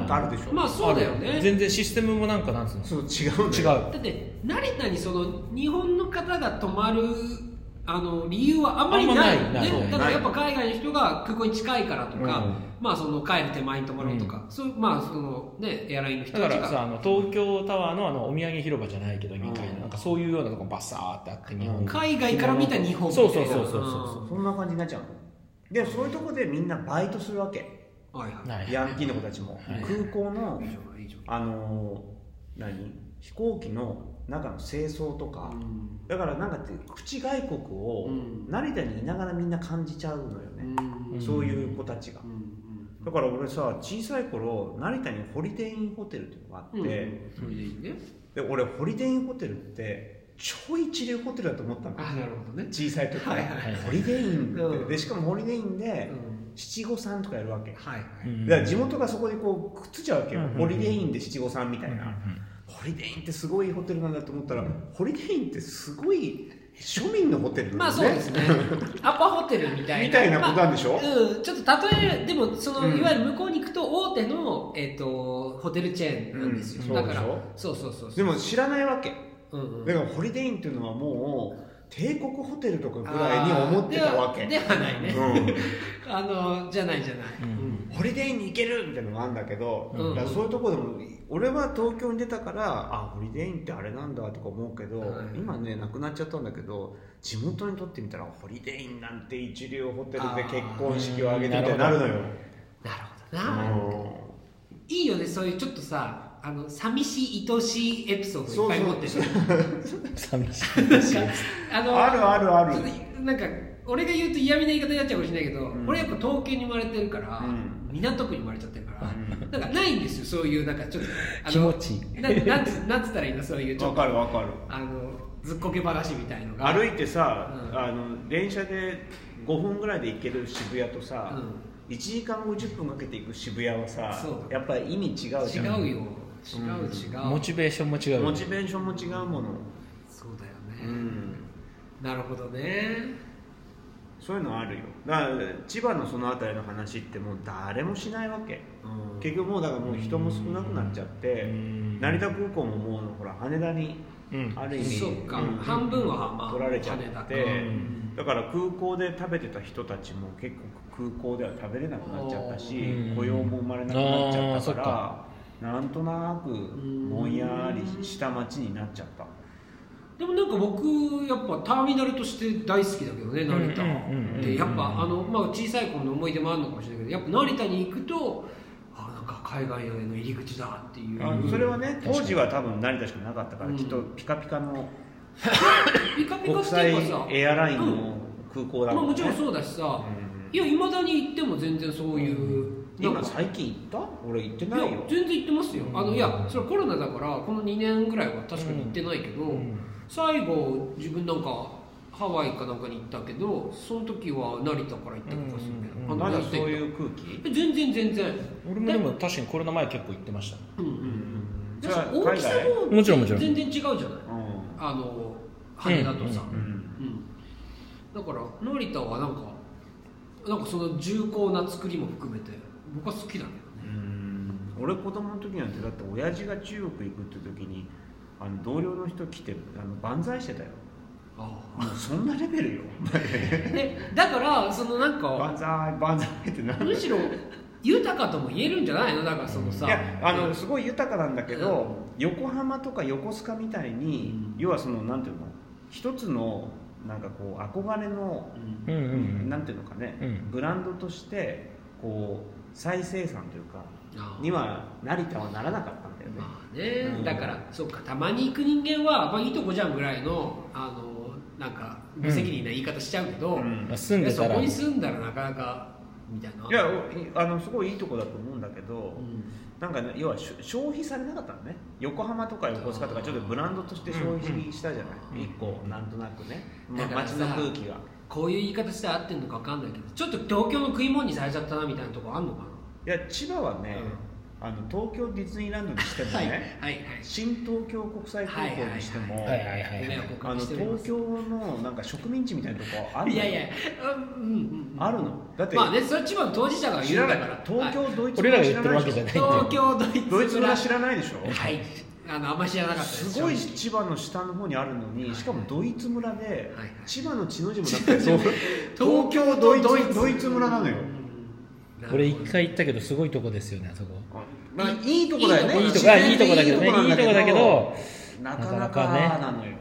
Speaker 3: なんかあるでしょ、
Speaker 4: まあそうだよね
Speaker 2: ある全然システムもなんかなんつうの
Speaker 3: そう違うんだ
Speaker 2: 違
Speaker 3: よ
Speaker 2: う
Speaker 4: だって成田にその日本の方が泊まるあの理由はあんまりないよ
Speaker 2: あんまないない
Speaker 4: ねだからやっぱ海外の人が空港に近いからとか、
Speaker 3: うん
Speaker 4: まあその帰る手前に泊まろうとか、そうまあそのねエアラインの人
Speaker 2: だか
Speaker 4: たち
Speaker 2: らさ
Speaker 4: が
Speaker 2: あの東京タワーのあのお土産広場じゃないけどみたいな,、
Speaker 4: うん
Speaker 2: なんかそういうようなとこバサーってあって日本、
Speaker 3: うん
Speaker 4: 海外から見た日本みたい
Speaker 2: そう
Speaker 4: な
Speaker 2: そうそうそうそう
Speaker 3: そんな感じになっちゃうのでそういうとこでみんなバイトするわけ
Speaker 4: うんはいはい
Speaker 2: ない
Speaker 3: ヤンキーの子たちも、
Speaker 2: はい
Speaker 3: 空港の
Speaker 4: いいじゃないいいじゃない
Speaker 3: あのー何飛行機の中の清掃とか、
Speaker 4: うん
Speaker 3: だからなんかって口外国を
Speaker 4: うん
Speaker 3: 成田にいながらみんな感じちゃうのよ
Speaker 4: う
Speaker 3: ね、
Speaker 4: んうん
Speaker 3: そういう子たちが、だから俺さ小さい頃成田にホリデイインホテルっていうのがあって、
Speaker 4: うんそれでいいね
Speaker 3: で俺ホリデイインホテルって超一流ホテルだと思ったの
Speaker 4: あなるほどね、
Speaker 3: 小さい時か
Speaker 4: は
Speaker 3: ら、
Speaker 4: いはい
Speaker 2: はい
Speaker 3: ホリデイインって、
Speaker 4: うん
Speaker 3: でしかもホリデイイン
Speaker 4: う
Speaker 3: で
Speaker 4: ん、
Speaker 3: 七五三とかやるわけだか
Speaker 4: はいはい、
Speaker 2: うん
Speaker 3: ら地元がそこでこうくっついちゃうわけよ、
Speaker 2: うん
Speaker 3: ホリデイインで七五三みた
Speaker 2: う
Speaker 3: い
Speaker 2: ん
Speaker 3: な、ホリデイインってすごいホテルなんだと思ったら、ホリデイインってすごい庶民のホテル
Speaker 4: ま
Speaker 3: な
Speaker 4: あ
Speaker 3: ん
Speaker 4: そうですねアパホテルみたいな
Speaker 3: みたいなことなんでしょ、
Speaker 4: うん、ちょっと例えるでもその、
Speaker 3: うん
Speaker 4: いわゆる向こうに行くと大手の、えっとホテルチェーンなんですよ、
Speaker 3: うん
Speaker 4: だから
Speaker 3: そ
Speaker 4: そうそうそう
Speaker 3: で
Speaker 4: そう
Speaker 3: も知らないわけ
Speaker 4: うんうん
Speaker 3: だからホリデイインっていうのはもう帝国ホテルとかぐらいに思ってたわけ
Speaker 4: あーではではないね、
Speaker 3: うん
Speaker 4: あのじゃないじゃない、
Speaker 2: うん
Speaker 3: ホリデーに行けるみたいなのがあるんだけど、
Speaker 4: うん
Speaker 3: だからそういうとこでも俺は東京に出たからあホリデーインってあれなんだとか思うけど、
Speaker 4: はい
Speaker 3: 今ねなくなっちゃったんだけど地元にとってみたらホリデーインなんて一流ホテルで結婚式を挙げてみたいになるのよ、
Speaker 4: なるほどな、いいよねそういうちょっとさあの寂しい愛しいエピソードいっぱい持ってる
Speaker 3: そう
Speaker 2: 寂しいです よ
Speaker 4: あ
Speaker 3: うん
Speaker 4: の
Speaker 3: あるあるある
Speaker 4: ちょっとなんか俺が言うと嫌味な言い方になっちゃうかもしれないけど、
Speaker 3: うん
Speaker 4: 俺やっぱ東京に生まれてるから、
Speaker 3: うん
Speaker 4: 港区に生まれちゃってるから、
Speaker 3: うん
Speaker 4: なんかないんですよそういうなんかちょっとあの
Speaker 2: 気持ちいい
Speaker 4: ななんつなんつったらいいのそういうちょ
Speaker 3: わ
Speaker 4: っと
Speaker 3: かるわかる
Speaker 4: あのずっこけ話みたいのが
Speaker 3: 歩いてさ、
Speaker 4: うん
Speaker 3: あの電車で5分ぐらいで行ける渋谷とさ、1時間50分かけて行く渋谷はさ
Speaker 4: そう
Speaker 3: やっぱり意味違うじゃん
Speaker 4: 違うよ違う違う、
Speaker 2: モチベーションも違う
Speaker 3: モチベーションも違うもの、
Speaker 4: そうだよ
Speaker 3: う
Speaker 4: ね、
Speaker 3: ん、
Speaker 4: なるほどね
Speaker 3: そういうのあるよだから千葉のその辺りの話ってもう誰もしないわけ
Speaker 4: うん
Speaker 3: 結局もうだからもう人も少なくなっちゃって
Speaker 2: うん
Speaker 3: 成田空港ももうほら羽田に
Speaker 2: うん
Speaker 3: ある意味
Speaker 4: そっか、
Speaker 3: うん
Speaker 4: 半分はまあ
Speaker 3: 取られちゃって
Speaker 4: 羽田か
Speaker 2: うん
Speaker 3: だから空港で食べてた人たちも結構空港では食べれなくなっちゃったし
Speaker 2: うん
Speaker 3: 雇用も生まれなくなっちゃったか
Speaker 2: あー
Speaker 3: らなんとなく
Speaker 4: ん
Speaker 3: もんやりした街になっちゃった
Speaker 4: でもなんか僕やっぱターミナルとして大好きだけどね成田
Speaker 2: うんうんうんうん
Speaker 4: でやっぱあの、まあ、小さい頃の思い出もあるのかもしれないけどやっぱ成田に行くとあなんか海外への入り口だっていう
Speaker 3: あ
Speaker 2: うん
Speaker 3: それはね
Speaker 2: かに
Speaker 3: 当時は多分成田しかなかったから
Speaker 4: うん
Speaker 3: きっとピカピカの
Speaker 4: ピカピカ
Speaker 3: 国
Speaker 4: して
Speaker 3: 際
Speaker 4: るからさ、
Speaker 3: エアライン
Speaker 4: うん
Speaker 3: の空港だ
Speaker 4: まあ、
Speaker 3: もん
Speaker 4: も
Speaker 3: ね
Speaker 4: ちろんそうだしさ、
Speaker 3: うん
Speaker 4: いやいまだに行っても全然そういう、なんか
Speaker 3: 今最近行った俺行ってない
Speaker 4: いや
Speaker 3: よ
Speaker 4: 全然行ってますよあ
Speaker 2: う
Speaker 4: の
Speaker 2: ん
Speaker 4: いやそれコロナだからこの2年ぐらいは確かに行ってないけど、最後自分なんかハワイかなんかに行ったけどその時は成田から行ったりとかするけど、
Speaker 2: うん
Speaker 4: あの
Speaker 3: まだそう
Speaker 4: う
Speaker 3: いう空気
Speaker 4: 全然全然
Speaker 2: 俺もでも確かにコロナ前結構行ってました
Speaker 4: うんう
Speaker 3: うんん
Speaker 4: だし大きさも
Speaker 2: もちろんもちろん
Speaker 4: 全然違うじゃない
Speaker 3: うん
Speaker 4: あの羽田とさ、
Speaker 2: う
Speaker 3: うん
Speaker 4: うんだから成田はなんかなんかその重厚な作りも含めて僕は好きだけどね
Speaker 3: うん俺子供の時なんてだって親父が中国行くって時にあの同僚の人来てあの万歳してたよ
Speaker 4: ああ
Speaker 3: もうそんなレ ベルよ
Speaker 4: でだからそのなんか
Speaker 3: 万歳万歳ってなんだ
Speaker 4: むしろ豊かとも言えるんじゃないのだからそのさ
Speaker 3: いやあのすごい豊かなんだけど、横浜とか横須賀みたい
Speaker 4: う
Speaker 3: に、
Speaker 4: ん
Speaker 3: 要はそのなんていうの一つのなんかこう憧れの、
Speaker 4: うん
Speaker 2: うんうんうん
Speaker 3: なんていうのかね、
Speaker 2: うん
Speaker 3: ブランドとしてこう再生産というか
Speaker 4: ああ
Speaker 3: には成田はならなかったんだよね、
Speaker 4: まあね、
Speaker 3: うん
Speaker 4: だからそうかたまに行く人間は、まあ、いいとこじゃんぐらいのあのなんか無責任な言い方しちゃうけど、
Speaker 3: うん
Speaker 2: まあ住ん
Speaker 4: いや
Speaker 2: で
Speaker 4: そ
Speaker 2: たら
Speaker 4: こに住んだらなかなかみたいない
Speaker 3: いやおあのすごいいいとこだと思うんだけど、
Speaker 4: うん
Speaker 3: なんかね要はし消費されなかったのね横浜とか横須賀とかちょっとブランドとして消費したじゃない、
Speaker 2: うん
Speaker 3: 一個なんとなくね、まあ、
Speaker 4: だから
Speaker 3: 街
Speaker 4: さ
Speaker 3: の空気が
Speaker 4: こういう言い方したら合ってるのか分かんないけどちょっと東京の食い物にされちゃったなみたいなとこあんのか
Speaker 3: いや千葉はね、あの東京ディズニーランドにして
Speaker 4: な、
Speaker 3: も
Speaker 4: はい
Speaker 3: ね、
Speaker 4: はいはい
Speaker 3: 新東京国際空港にしても、
Speaker 2: はいはいはいはい
Speaker 4: ご迷惑をおか
Speaker 3: あ
Speaker 4: け
Speaker 3: の
Speaker 4: しております
Speaker 3: 東京のなんか植民地みたいなとこあるの
Speaker 4: いやいや、うんうんうん、
Speaker 3: あるのだって、
Speaker 4: まあねそれ千葉の当事者が
Speaker 3: 知
Speaker 4: 言う
Speaker 3: ら
Speaker 4: んだ
Speaker 3: ない
Speaker 4: から
Speaker 3: 東京、
Speaker 4: は
Speaker 3: ドイツ
Speaker 2: 俺らが言ってるわけ
Speaker 3: で
Speaker 2: じ
Speaker 3: し
Speaker 2: ゃ
Speaker 3: ょ
Speaker 2: ない
Speaker 4: い東京ドイツ村
Speaker 3: ドイツ村知らないでしょ
Speaker 4: はいあのあんまり知らなかったです
Speaker 3: すごい千葉の下の方にあるのにしかもドイツ村で、
Speaker 4: はい
Speaker 3: 千葉の血の字もなくて東
Speaker 4: 東
Speaker 3: 京ドイツドイツ村なのよ、
Speaker 2: 俺一
Speaker 4: 一
Speaker 2: 回行ったけどすごいとこですよねあそこ
Speaker 3: まあ、いいとこだよね
Speaker 2: いいとこあいいとこだけどねいいと
Speaker 3: 自然でなん
Speaker 2: こ
Speaker 3: な
Speaker 2: だけ
Speaker 3: か
Speaker 2: ど
Speaker 3: な
Speaker 2: な
Speaker 3: か
Speaker 2: か
Speaker 3: な
Speaker 2: なかね
Speaker 3: のよだか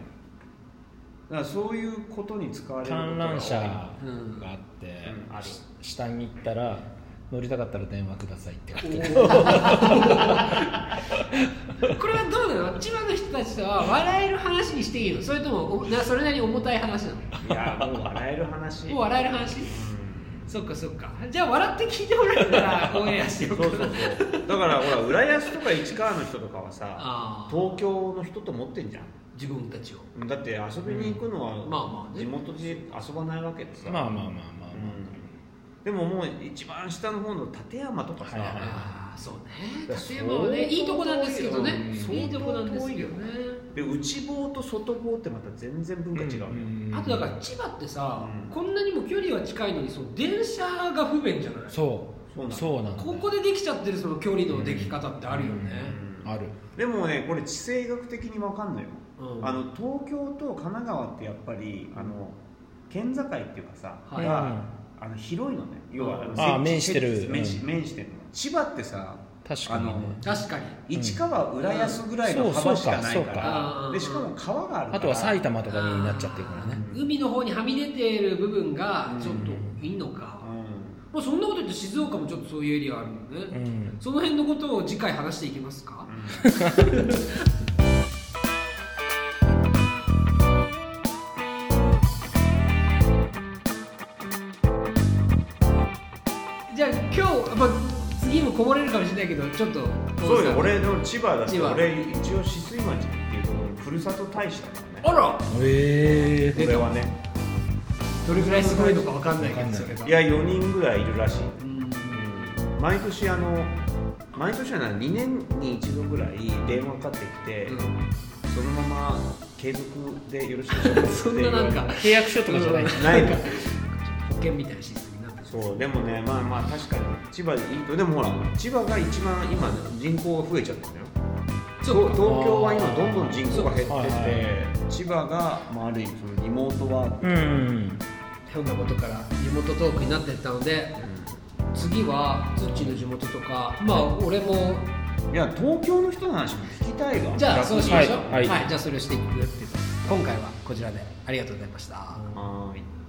Speaker 3: らそういうことに使われることが多
Speaker 2: 観
Speaker 3: い
Speaker 2: 覧車が
Speaker 4: うん
Speaker 2: あって、
Speaker 3: うんある
Speaker 2: し下に行ったら乗りたかったら電話くださいって書いてあ る
Speaker 4: これはどうなの千葉の人たちとは笑える話にしていいのそれともおなそれなりに重たい話なの
Speaker 3: いやもう笑える話
Speaker 4: もう笑える話
Speaker 3: うん
Speaker 4: そっかそっかじゃあ笑って聞いてもらえたらオンエアして
Speaker 3: そ
Speaker 4: よ
Speaker 3: う
Speaker 4: うか
Speaker 3: そ
Speaker 4: な
Speaker 3: うそうだからほら浦安とか市川の人とかはさ
Speaker 4: ああ
Speaker 3: 東京の人と思ってんじゃん
Speaker 4: 自分たちを
Speaker 3: だって遊びに行くのは、
Speaker 4: んまあまあね
Speaker 3: 地元で遊ばないわけでさ、
Speaker 2: まあまあまあまあ、
Speaker 3: うんでももう一番下の方の立山とかさ、
Speaker 2: はいはい
Speaker 4: ああそうね
Speaker 3: いや
Speaker 4: 立山はね
Speaker 3: 相当
Speaker 4: いいとこなんですけどね
Speaker 2: 遠いよ
Speaker 4: いいとこなんですけどね
Speaker 3: で内房と外房ってまた全然文化違うのよ、
Speaker 4: あとだから千葉ってさ、
Speaker 3: うん
Speaker 4: こんなにも距離は近いのにその電車が不便じゃない
Speaker 2: そ
Speaker 3: そうな
Speaker 2: う
Speaker 3: の
Speaker 2: そうなんだよ
Speaker 4: ここでできちゃってるその距離のでき方ってあるよね、
Speaker 3: うん
Speaker 2: ある
Speaker 3: でもねこれ地政学的に分かんのよ、
Speaker 4: うん
Speaker 3: あの東京と神奈川ってやっぱりあの県境っていうかさ、
Speaker 4: はい
Speaker 3: があの広いのね要は
Speaker 4: うん
Speaker 3: の
Speaker 2: ああ
Speaker 3: 設置
Speaker 2: 面してる
Speaker 3: 設置面し
Speaker 2: う
Speaker 3: 面してるの千葉ってさ
Speaker 2: 確かにね
Speaker 3: あの
Speaker 4: 確かに
Speaker 3: 市川浦安ぐらいの幅しかない
Speaker 2: そうそう
Speaker 3: か
Speaker 2: から
Speaker 3: らでしかも川があるから
Speaker 2: あとは埼玉とかになっちゃってるからね
Speaker 4: あー海の方にはみ出てる部分がちょっといいのか、
Speaker 3: う
Speaker 4: まあ、そんなこと言って静岡もちょっとそういうエリアあるよ
Speaker 2: う
Speaker 4: ね、
Speaker 2: ん
Speaker 4: その辺のことを次回話していきますか、
Speaker 3: ん
Speaker 4: じゃあ今日、まあ、次もこぼれるかもしれないけどちょっと
Speaker 3: そうよ俺の千葉だって
Speaker 4: 千葉
Speaker 3: 俺一応止水町っていうところのふるさと大使だからね
Speaker 4: あら
Speaker 2: へえ
Speaker 3: 俺はね
Speaker 4: どれぐらいすごいのかわかんないけどそれが
Speaker 3: いや4人ぐらいいるらしい
Speaker 4: うん
Speaker 3: 毎年あの毎年はな2年に1度ぐらい電話かかってきて、そのまま継続でよろしくお願いします
Speaker 4: そんななんか
Speaker 2: 契約書とかじゃない
Speaker 3: ないか
Speaker 4: 券みたいなシステムになってる
Speaker 3: そうでもねまあまあ確かに千葉でいいとでもほら千葉が一番今人口が増えちゃったんだよ
Speaker 4: そう
Speaker 3: 東
Speaker 4: か
Speaker 3: 東京は今どんどん人
Speaker 2: そう
Speaker 3: 口が減っ
Speaker 2: は
Speaker 3: て
Speaker 2: いはい
Speaker 3: て千葉が、まあ、ある意味そのリモートワーク、
Speaker 2: うん
Speaker 4: ひょんなことから地元トークになってったので次はツッチーの地元とかまあ俺も
Speaker 3: いや東京の人の話も聞きたいわ
Speaker 4: じゃあそうしましょう
Speaker 2: は
Speaker 4: はいい、
Speaker 2: はい
Speaker 4: じゃあそれをしていくっていう今回はこちらでありがとうございました、
Speaker 3: はーい